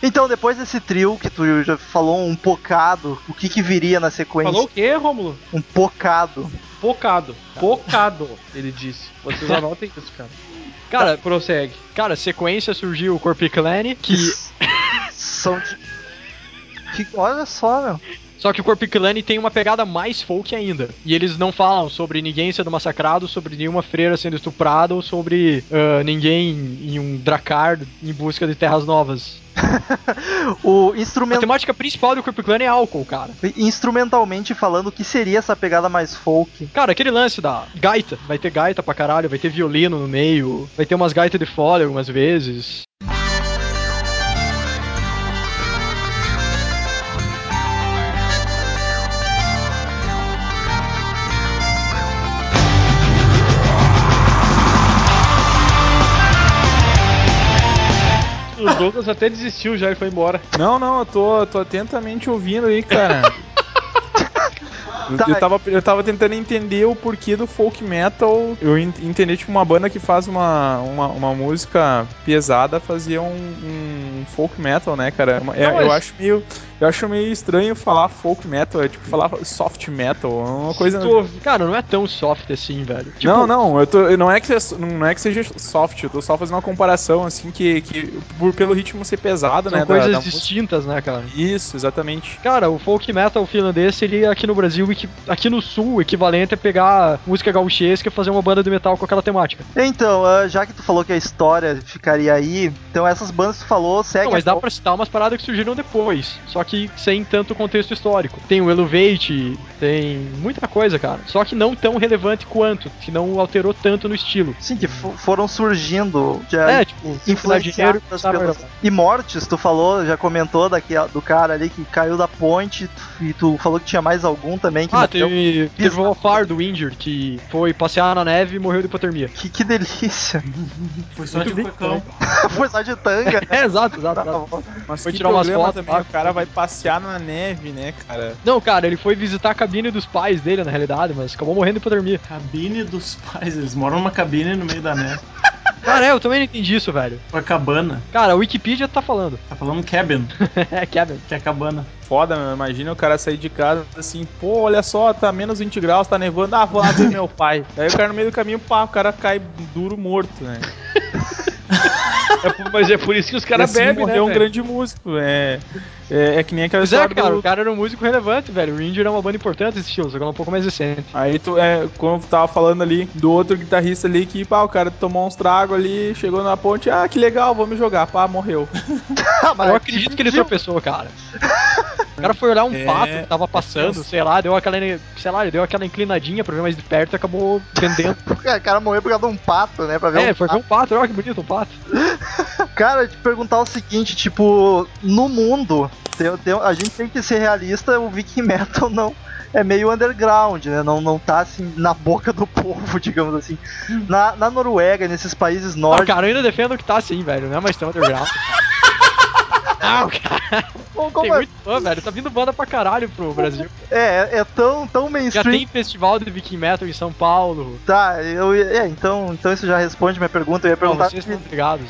então, depois desse trio que tu já falou um pocado, o que que viria na sequência?
Falou o quê, Rômulo?
Um pocado.
Focado. Focado, ele disse. Vocês anotem isso, cara.
Cara,
Prossegue.
cara, sequência surgiu o Corp Clan, que
São de. que- Olha só, meu.
Só que o Corp Clan tem uma pegada mais folk ainda. E eles não falam sobre ninguém sendo massacrado, sobre nenhuma freira sendo estuprada ou sobre ah, ninguém em um dracar em busca de terras novas.
O
A
instrumental.
temática principal do Corp Clan é álcool, cara.
instrumentalmente falando, o que seria essa pegada mais folk?
Cara, aquele lance da gaita. Vai ter gaita pra caralho, vai ter violino no meio, vai ter umas gaitas de fole algumas vezes.
O Douglas até desistiu já e foi embora.
Não, não, eu tô, tô atentamente ouvindo aí, cara. Eu- Eu,
Tá.
tava, eu tava tentando entender o porquê do folk metal. Eu en- entendi, tipo, uma banda que faz uma, uma, uma música pesada fazia um, um folk metal, né, cara? É uma- é-
Não,
eu,
mas-
acho meio, eu acho meio estranho falar folk metal, é tipo falar soft metal, é uma coisa.
Tu ouve- Cara, não é tão soft assim, velho. Tipo,
não, não, eu tô, eu- não, é que seja, não é que seja soft, eu tô só fazendo uma comparação, assim, que, que por, pelo ritmo ser pesado,
São
né? da-
coisas
da música.
distintas, né, cara?
Isso, exatamente.
Cara, o folk metal finlandês seria aqui no Brasil, equi- aqui no sul, o equivalente é pegar música gauchesca e fazer uma banda de metal com aquela temática.
Então, ah, já que tu falou que a história ficaria aí, então essas bandas que tu falou segue
Não, mas
a
dá pra citar umas paradas que surgiram depois, só que sem tanto contexto histórico. Tem o Elevate, tem muita coisa, cara. Só que não tão relevante quanto, que não alterou tanto no estilo.
Sim, que fo- foram surgindo. Já
É, tipo, dinheiro,
influenciadas
tá,
pelas...
meu.
E mortes, tu falou, já comentou daqui, do cara ali que caiu da ponte e tu falou que tinha mais algum também que
Ah,
morreu.
teve, teve o Alfar do Injure, que foi passear na neve e morreu de hipotermia.
Que, que delícia.
Foi só de cuecão.
Foi só de tanga.
É, exato, exato.
Tá
exato.
bom.
Mas
Foi
que
tirar umas
programa
fotos,
também,
tá?
o ah, cara vai passear na neve, né, cara?
Não, cara, ele foi visitar a cabine dos pais dele, na realidade, mas acabou morrendo de hipotermia.
Cabine dos pais, eles moram numa cabine no meio da neve.
Cara, é, eu também não entendi isso, velho.
Uma cabana.
Cara, a Wikipedia tá falando.
Tá falando cabin,
é, Kevin.
que é cabana.
Foda, meu. Imagina o cara sair de casa assim, pô, olha só, tá menos 20 graus, tá nevando, ah, vou lá ver meu pai. Aí o cara no meio do caminho, pá, o cara cai duro morto, né?
É por- mas é por isso que os
E
caras
assim
bebem, né?
morreu um
velho?
grande músico. É, é, é que nem aquela
Pois é,
história
cara,
do-
o cara era um músico relevante, velho. O Ranger era uma banda importante desse estilo, só que ela é um pouco mais recente.
Aí tu, é, como tu tava falando ali, do outro guitarrista ali, que, pá, o cara tomou uns tragos ali, chegou na ponte, ah, que legal, vou me jogar, pá, morreu.
eu acredito que ele tropeçou, cara. O cara foi olhar um
É,
pato que tava passando, sei lá, deu aquela, sei lá, ele deu aquela inclinadinha pra ver mais de perto e acabou vendendo.
O cara morreu por causa de um pato, né? Pra ver
é,
um
foi ver um pato, olha que bonito, um pato.
Cara, eu te perguntar o seguinte, tipo, no mundo, tem- tem- a gente tem que ser realista, o Viking Metal não é meio underground, né? Não, não tá assim na boca do povo, digamos assim. Na, na Noruega, nesses países
Não,
nórdicos.
cara, eu ainda defendo que tá assim, velho, não é mais tão underground. Não, cara,
como-
tem
como é,
muito fã, velho, tá vindo banda pra caralho pro Brasil.
é, é tão, tão
Já
mainstream.
tem festival de Viking Metal em São Paulo.
Tá, eu ia- é, então, então isso já responde minha pergunta. Eu ia
Não,
perguntar,
vocês
se,
estão ligados.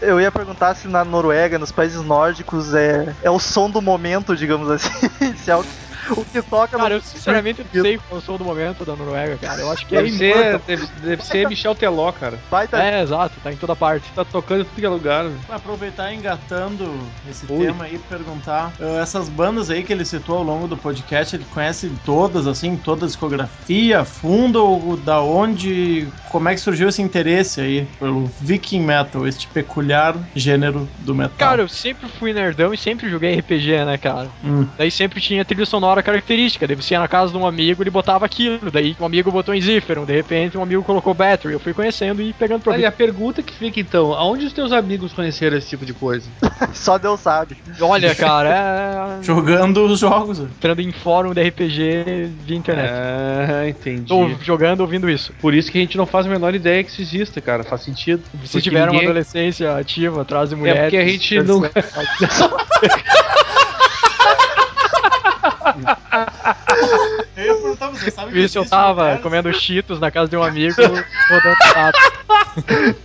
eu ia perguntar se na Noruega, nos países nórdicos, é, é o som do momento, digamos assim. se é o, o que toca
Cara,
no-
eu sinceramente não sei qual é o som do momento da Noruega, cara. Eu acho que é
Deve ser,
imortal.
deve, deve ser Michel Teló, cara.
baita
É, exato, tá em toda parte.
Tá tocando em tudo que é lugar, velho.
Aproveitar engatando esse
Ui.
tema aí, perguntar ah, essas bandas aí que ele citou ao longo do podcast, ele conhece todas, assim, toda a discografia, a fundo, ou da onde, como é que surgiu esse interesse aí pelo Viking Metal, este peculiar gênero do metal?
Cara, eu sempre fui nerdão e sempre joguei RPG, né, cara?
Hum.
Daí sempre tinha trilha sonora característica. Daí você ia na casa de um amigo, ele botava aquilo. Daí um amigo botou em Zifferon. De repente, um amigo colocou Battery. Eu fui conhecendo e pegando
Tá, e
problema.
a pergunta que fica então, aonde os teus amigos conheceram esse tipo de coisa?
só Deus sabe.
Olha, cara, é...
Jogando os jogos. né?
entrando em fórum de RPG via internet.
Ah, entendi.
Tô jogando, ouvindo isso.
Por isso que a gente não faz a menor ideia que isso exista, cara. Faz sentido.
Se tiver uma
ninguém-
adolescência ativa atrás de
É
mulheres.
porque a gente nunca.
Eu ia perguntar, você sabe que
Isso eu
existe um
tava
mulheres?
comendo Cheetos na casa de um amigo rodando pato.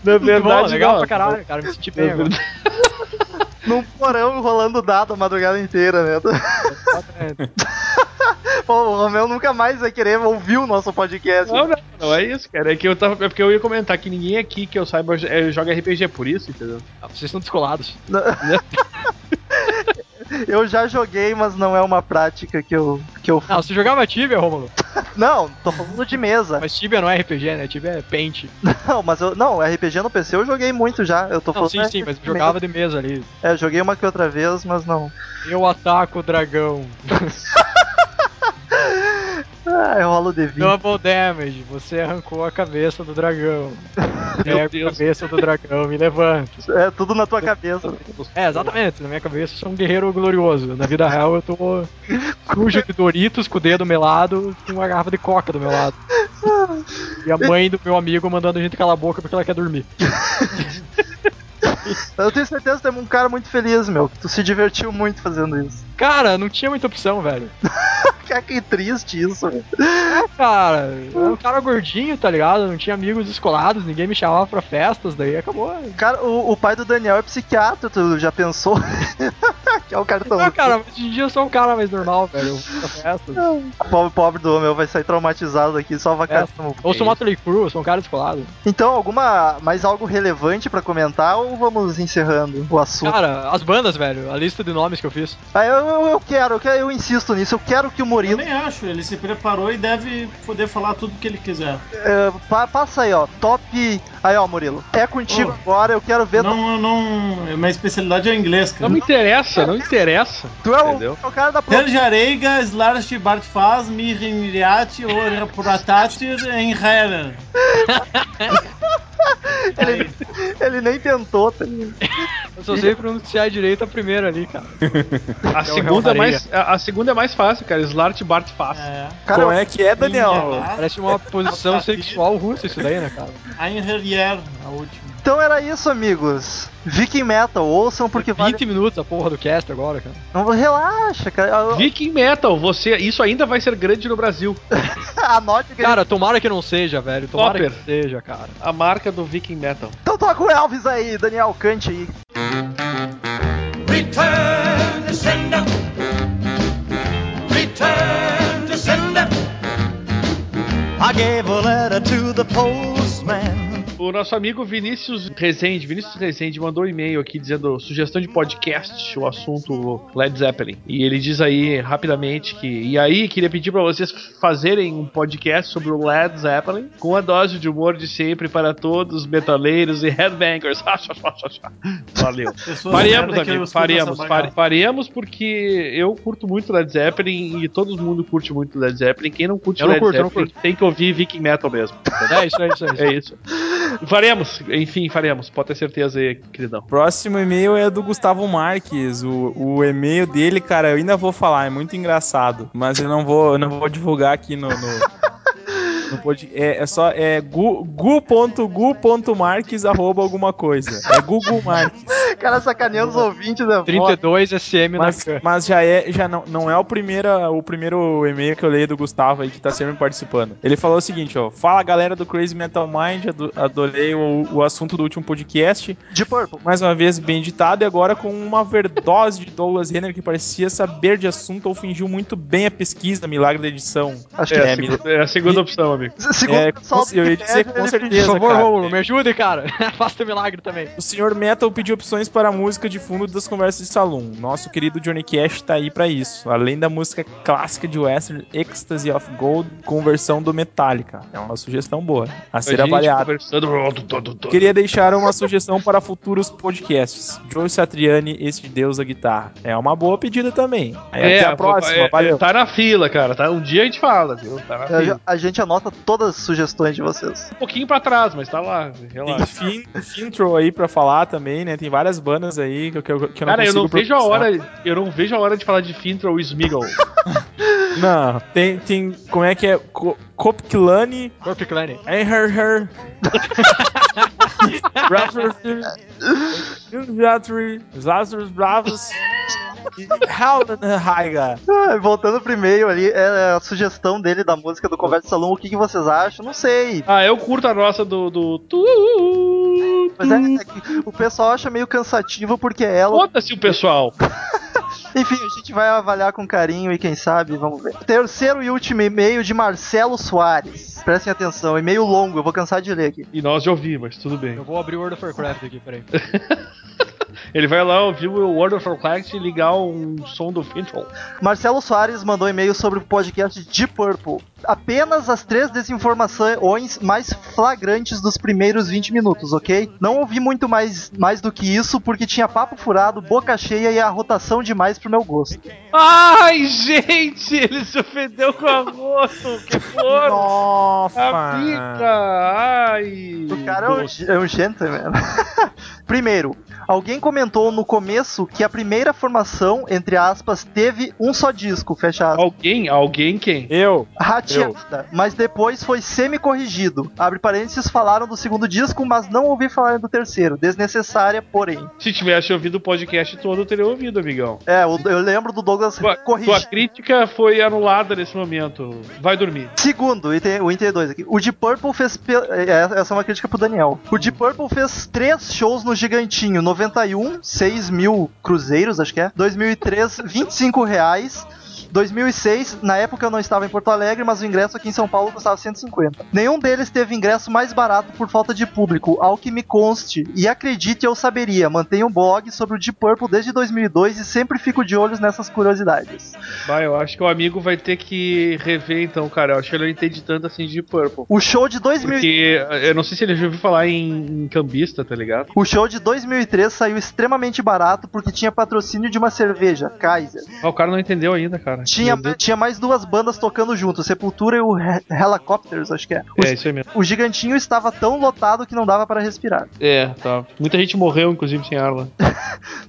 Na
Muito bom,
verdade,
legal
não.
pra caralho, cara. Me senti bem agora.
Num porão rolando dado a madrugada inteira, né? Pô, o Romeu nunca mais vai querer ouvir o nosso podcast.
Não, não, não é isso, cara. É que eu tava. É porque eu ia comentar que ninguém aqui que eu saiba é, joga RPG por isso, entendeu?
Ah, Vocês estão descolados.
Eu já joguei, mas não é uma prática que eu. Que eu...
Ah, você jogava Tibia, Romulo?
Tá. Não, tô falando de mesa.
Mas Tibia não é RPG, né? Tibia é Paint.
Não, mas eu. Não, RPG no PC eu joguei muito já. Eu tô
Não,
falando.
sim, sim, mas jogava de mesa ali.
É, joguei uma que outra vez, mas não.
Eu ataco o dragão.
Ah, eu rolo D20.
Double damage. Você arrancou a cabeça do dragão. Pega a
Deus.
cabeça do dragão, me levanta.
É tudo na tua cabeça.
É, exatamente. Na minha cabeça eu sou um guerreiro glorioso. Na vida real eu tô sujo de Doritos com o dedo melado e uma garrafa de coca do meu lado. E a mãe do meu amigo mandando a gente calar a boca porque ela quer dormir.
Eu tenho certeza que tu é um cara muito feliz, meu. que Tu se divertiu muito fazendo isso.
Cara, não tinha muita opção, velho.
Que- Que triste isso, velho.
Cara, eu era um cara gordinho, tá ligado? Não tinha amigos descolados, ninguém me chamava pra festas, daí acabou.
Cara, o, o pai do Daniel é psiquiatra, tu já pensou? que é o cartão.
Não, Ah, cara, mas hoje em dia eu sou um cara mais normal, velho. Eu vou pra festas.
Pobre, pobre do homem, vai sair traumatizado aqui, só vacação.
É, Eu sou Motley Crue, eu sou um cara descolado.
Então, alguma mais algo relevante pra comentar ou vamos encerrando o assunto?
Cara, as bandas, velho, a lista de nomes que eu fiz.
Ah, eu, eu, eu quero, eu quero, eu insisto nisso, eu quero que o
Eu
Murilo.
nem acho, ele se preparou e deve poder falar tudo que ele quiser.
eh, pa- passa aí, ó. Top. Aí, ó, Murilo. É contigo
Oh.
agora, eu quero ver.
Não, não, minha especialidade é o inglês, cara.
Não me interessa, não interessa.
tu é o,
entendeu?
é o cara da pro...
Terjareiga, Slars Bartfaz, Mirinriat, Orapratatir, Enherer.
ele, Ele nem tentou, tá ligado?
Eu só sei pronunciar direito a primeira ali, cara.
A segunda, é mais, a, a segunda é mais fácil, cara. Slart Bart fácil.
É.
Cara,
Como é que é, Daniel?
Minha
Parece uma posição sexual russa isso daí, né, cara?
Einherjer, a última.
Então era isso, amigos. Viking Metal, ouçam porque
20
vale.
minutos a porra do cast agora, cara.
Não, relaxa, cara.
Viking Metal, você, isso ainda vai ser grande no Brasil.
Anote que
Cara, tomara que não seja, velho. Tomara
Topper.
que seja, cara.
A marca do Viking Metal.
Então toca o Elvis aí, Daniel Cante aí.
Return to sender. Return to sender. I gave a letter to the postman.
O nosso amigo Vinícius Rezende, Vinícius Rezende mandou um e-mail aqui dizendo sugestão de podcast, o assunto Led Zeppelin. E ele diz aí rapidamente que e aí queria pedir pra vocês fazerem um podcast sobre o Led Zeppelin com a dose de humor de sempre para todos metaleiros e headbangers. Valeu.
Pessoas
Faremos,
merda que eu
amigo,
escuto essa
faremos,
bagaça.
fare- faremos, porque eu curto muito Led Zeppelin e todo mundo curte muito Led Zeppelin. Quem não curte
Eu não
Led
curto, eu não
Zeppelin tem que ouvir Viking Metal mesmo.
É isso, é isso, é isso.
É isso. Faremos, enfim, faremos. Pode ter certeza aí, queridão.
Próximo e-mail é do Gustavo Marques. O, o e-mail dele, cara, eu ainda vou falar, é muito engraçado. Mas eu não vou, eu não vou divulgar aqui no. no... no pod- É, é só é gu- gu.gu.marques arroba alguma coisa. É Gugu Marques.
Cara, sacaneando os ouvintes, né?
32 SM
Mas,
na can.
mas já é, já não, não é o primeiro, o primeiro e-mail que eu leio do Gustavo aí que tá sempre participando. Ele falou o seguinte, ó: "Fala galera do Crazy Metal Mind, ado- adorei o, o assunto do último podcast,
De Purple.
mais uma vez bem ditado e agora com uma overdose de Douglas Renner que parecia saber de assunto ou fingiu muito bem a pesquisa, milagre da edição.
Acho que
É, a, segunda, é a segunda opção, amigo.
Segundo
É,
o pessoal
com- eu ia dizer
do
com
Wikipedia,
Por
certeza,
favor,
cara. é.
Romulo, me ajude, cara. Faça teu milagre também.
O senhor Metal pediu opções para a música de fundo das conversas de salão. Nosso querido Johnny Cash tá aí pra isso. Além da música clássica de Western, Ecstasy of Gold, conversão do Metallica. É uma sugestão boa a ser
A gente
avaliada.
conversando-
Queria deixar uma sugestão para futuros podcasts. Joe Satriani, este deus da guitarra. É uma boa pedida também. Aí, até a próxima,
é,
valeu.
Tá na fila, cara. Tá, um dia a gente fala, viu? Tá
É,
na
A
fila.
gen- A gente anota todas as sugestões de vocês.
Um pouquinho pra trás, mas tá lá.
Tem
Relaxa.
fin, Fintro aí pra falar também, né? Tem várias bandas aí que eu, que eu, que eu não
Cara, eu não
consigo
vejo a
pronunciar.
hora. Eu não vejo a hora de falar de Fintra ou Smiggle.
Não, tem, tem. Como é que é? Co Copkilani,
Corp Klein.
I heard her. Rapper. Zatri. Zatri's Bravos. Howland Haiga.
Ah, voltando pro e-mail ali, é a sugestão dele da música do Conversa de Salão, o que, que vocês acham? Não sei.
ah, eu curto a nossa do. do...
Mas é, é que o pessoal acha meio cansativo porque é ela.
Conta-se o pessoal.
Enfim, a gente vai avaliar com carinho e quem sabe, vamos ver. Terceiro e último e-mail de Marcelo Soares. Prestem atenção, e-mail longo, eu vou cansar de ler aqui.
E nós já ouvimos, mas tudo bem.
Eu vou abrir o World of Warcraft aqui, peraí.
Ele vai lá ouvir o World of Warcraft e ligar um som do Fintroll.
Marcelo Soares mandou e-mail sobre o podcast Deep Purple. Apenas as três desinformações mais flagrantes dos primeiros 20 minutos, ok? Não ouvi muito mais, mais do que isso, porque tinha papo furado, boca cheia e a rotação demais pro meu gosto.
Ai, gente, ele se ofendeu com a moto. Que porra! A
Nossa.
pica! Ai!
O cara é um, é um gentleman. Primeiro, alguém comentou no começo que a primeira formação, entre aspas, teve um só disco, fecha aspas.
Alguém, alguém quem?
Eu.
Rateada, mas depois foi semi-corrigido. Abre parênteses, falaram do segundo disco, mas não ouvi falar do terceiro. Desnecessária, porém.
Se tivesse ouvido o podcast todo, eu teria ouvido, amigão.
É, eu, eu lembro do Douglas
Tua, tua
corrigir.
crítica foi anulada nesse momento. Vai dormir.
Segundo, item- o item 2 aqui. O Deep Purple fez. pe- é, Essa é uma crítica pro Daniel. O Deep Purple fez três shows no Gigantinho: 91, 6 mil cruzeiros, acho que é. 2003, 25 reais. 2006, na época eu não estava em Porto Alegre, mas o ingresso aqui em São Paulo custava 150. Nenhum deles teve ingresso mais barato por falta de público, ao que me conste. E acredite, eu saberia. Mantenho um blog sobre o Deep Purple desde 2002 e sempre fico de olhos nessas curiosidades.
Vai, eu acho que o amigo vai ter que rever então, cara. Eu acho que ele não entende tanto assim de Purple.
O show de 2003.
Porque eu não sei se ele já ouviu falar em, em cambista, tá ligado?
O show de 2003 saiu extremamente barato porque tinha patrocínio de uma cerveja, Kaiser.
Ah, o cara não entendeu ainda, cara.
cara.
Tinha,
Meu Deus.
tinha mais duas bandas tocando junto, Sepultura e o He- Helicopters, acho que é.
É, isso aí mesmo.
O gigantinho estava tão lotado que não dava para respirar.
É, tá. Muita gente morreu, inclusive, sem ar lá.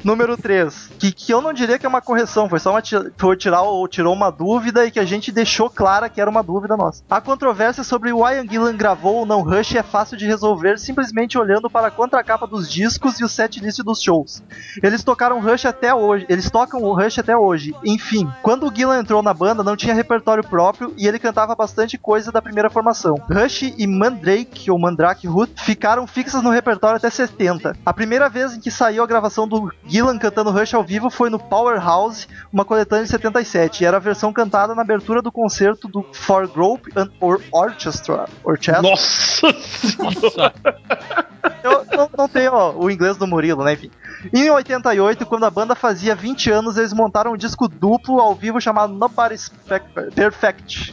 Número 3. Que, que eu não diria que é uma correção, foi só uma ti- foi tirar ou tirou uma dúvida e que a gente deixou clara que era uma dúvida nossa. A controvérsia sobre o Ian Gillan gravou ou não Rush é fácil de resolver simplesmente olhando para a contracapa dos discos e o setlist dos shows. Eles tocaram Rush até hoje, eles tocam o Rush até hoje. Enfim, quando o Gillan entrou na banda, não tinha repertório próprio e ele cantava bastante coisa da primeira formação. Rush e Mandrake, ou Mandrake Root, ficaram fixas no repertório até 70. A primeira vez em que saiu a gravação do Gillan cantando Rush ao vivo foi no Powerhouse, uma coletânea de 77, e era a versão cantada na abertura do concerto do For Group and Or- Orchestra. Orchestra?
Nossa!
Nossa,
Eu não, não tenho ó, o inglês do Murilo, né? Enfim. Em 88, quando a banda fazia 20 anos, eles montaram um disco duplo ao vivo chamado Nobody's Pe- Perfect.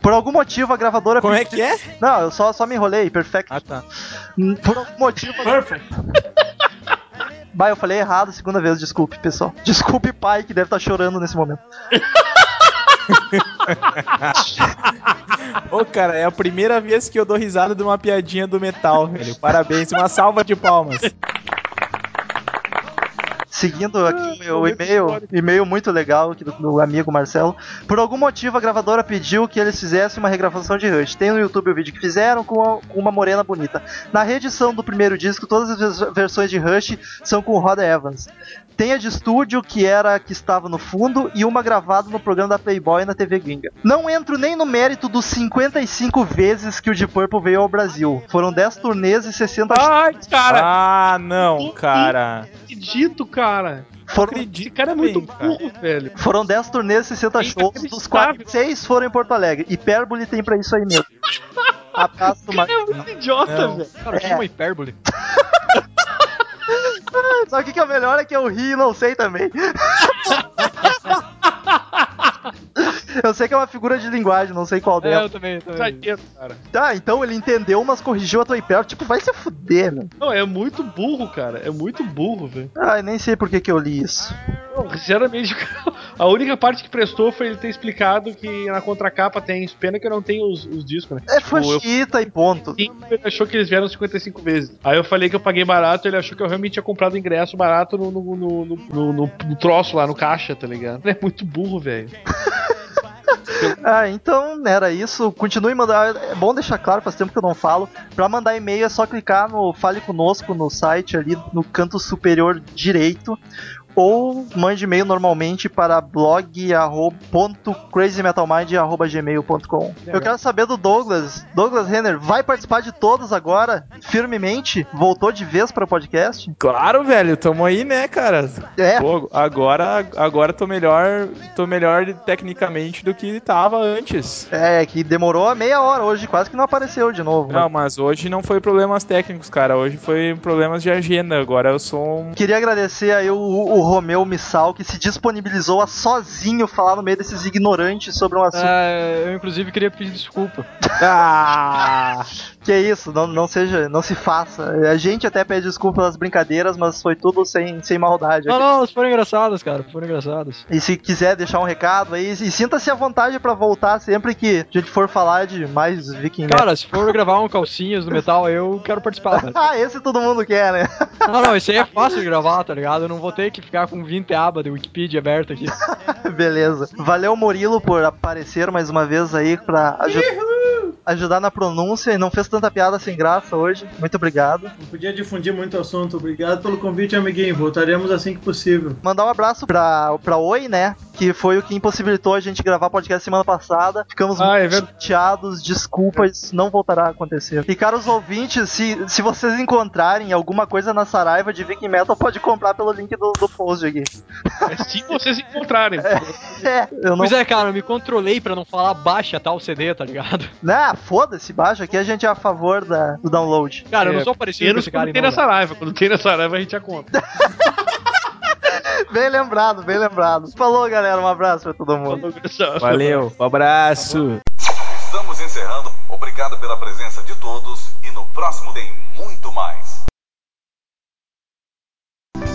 Por algum motivo, a gravadora.
Como é que é?
Não, eu só, só me enrolei, Perfect.
Ah, tá.
Por algum motivo.
Perfect.
Bah, eu falei errado a segunda vez, desculpe, pessoal. Desculpe, pai, que deve estar chorando nesse momento.
Ô, cara, é a primeira vez que eu dou risada de uma piadinha do metal, velho. Parabéns, uma salva de palmas.
Seguindo aqui o meu e-mail, e-mail muito legal aqui do meu amigo Marcelo. Por algum motivo a gravadora pediu que eles fizessem uma regravação de Rush. Tem no YouTube o vídeo que fizeram com uma, com uma morena bonita. Na reedição do primeiro disco, todas as vers- versões de Rush são com o Rod Evans. Tem a de estúdio, que era a que estava no fundo, e uma gravada no programa da Playboy na TV gringa. Não entro nem no mérito dos 55 vezes que o Deep Purple veio ao Brasil. Foram 10 turnês e 60
Ai, cara!
Ah, não, cara.
Não acredito, cara!
foram
Esse
Acredito,
cara é muito
bem, cara.
burro, velho.
Foram 10 turnês, 60 shows, dos quais 6 foram em Porto Alegre. Hipérbole tem pra isso aí mesmo. Abraço,
O
Mar...
cara é muito idiota,
Não.
velho.
cara, que uma hipérbole.
Só que o que é melhor é que eu ri e não sei também. eu sei que é uma figura de linguagem, não sei qual dela.
também,
Exagero, cara.
Tá, então ele entendeu, mas corrigiu a tua hipérbole. Tipo, vai se fuder, meu.
Não, é muito burro, cara. É muito burro, velho.
Ai, nem sei por que, que eu li isso.
Não, Sinceramente, a única parte que prestou foi ele ter explicado que na contracapa tem. Pena que eu não tenho os, os discos, né?
É
eu-
fanchita e ponto.
Sim, Ele achou que eles vieram 55 vezes. Aí eu falei que eu paguei barato, ele achou que eu realmente tinha comprado ingresso barato no, no, no, no, no- no- no troço lá, no caixa, tá ligado? Ele é muito burro, velho.
Ah, então era isso. Continue mandando. É bom deixar claro, faz tempo que eu não falo. Pra mandar e-mail é só clicar no Fale Conosco no site ali no canto superior direito. Ou mande e-mail normalmente para blog.crazymetalmind.gmail.com Eu quero saber do Douglas. Douglas Renner, vai participar de todos agora? Firmemente? Voltou de vez para o podcast?
Claro, velho, tamo aí, né, cara?
É,
Pô, agora, agora tô melhor, tô melhor tecnicamente do que tava antes.
é que demorou meia hora hoje, quase que não apareceu de novo.
Não, mas hoje não foi problemas técnicos, cara. Hoje foi problemas de agenda. Agora eu sou um.
Queria agradecer aí o, o Romeu Missal, que se disponibilizou a sozinho falar no meio desses ignorantes sobre um assunto.
Ah, eu inclusive queria pedir desculpa.
Ah!
Que é isso, não, não seja, não se faça. A gente até pede desculpa pelas brincadeiras, mas foi tudo sem, sem maldade.
Não, não, elas foram engraçadas, cara, foram engraçadas.
E se quiser deixar um recado aí, e sinta-se à vontade pra voltar sempre que a gente for falar de mais Viking né? Metal.
Cara, se for gravar um calcinhas do metal, eu quero participar, velho.
Ah, esse todo mundo quer, né?
Não, não, isso aí é fácil de gravar, tá ligado? Eu não vou ter que ficar com 20 aba de Wikipedia aberta aqui.
Beleza. Valeu, Murilo, por aparecer mais uma vez aí pra aju- ajudar na pronúncia e não fez tanta piada sem graça hoje. Muito obrigado.
Não podia difundir muito o assunto. Obrigado pelo convite, amiguinho. Voltaremos assim que possível.
Mandar um abraço pra, pra Oi, né? Que foi o que impossibilitou a gente gravar podcast semana passada. Ficamos
Ah, é
muito
verdade.
chateados, desculpas, não voltará a acontecer. E caros ouvintes, se, se vocês encontrarem alguma coisa na Saraiva de Viking Metal, pode comprar pelo link do, do post aqui.
É se vocês encontrarem.
É, eu não.
Pois é, cara, eu me controlei pra não falar baixa tal CD, tá ligado?
Ah, foda-se, baixa aqui, a gente é a favor da, do download.
Cara, eu não
É,
sou parecido com
Menos
esse cara, então, né?
quando tem
não,
na
velho.
Saraiva. Quando tem na Saraiva a gente já conta.
Bem lembrado, bem lembrado. Falou, galera, um abraço pra todo mundo.
Valeu, um abraço.
Estamos encerrando. Obrigado pela presença de todos e no próximo tem muito mais.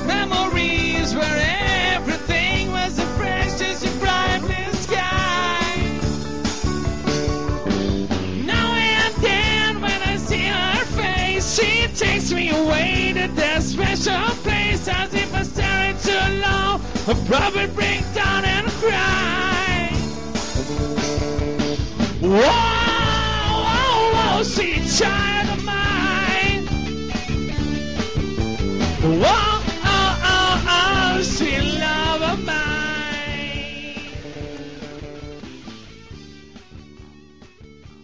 Memories where everything was a precious and bright blue I'll probably break down and cry. Whoa, oh, oh, see, child, oh,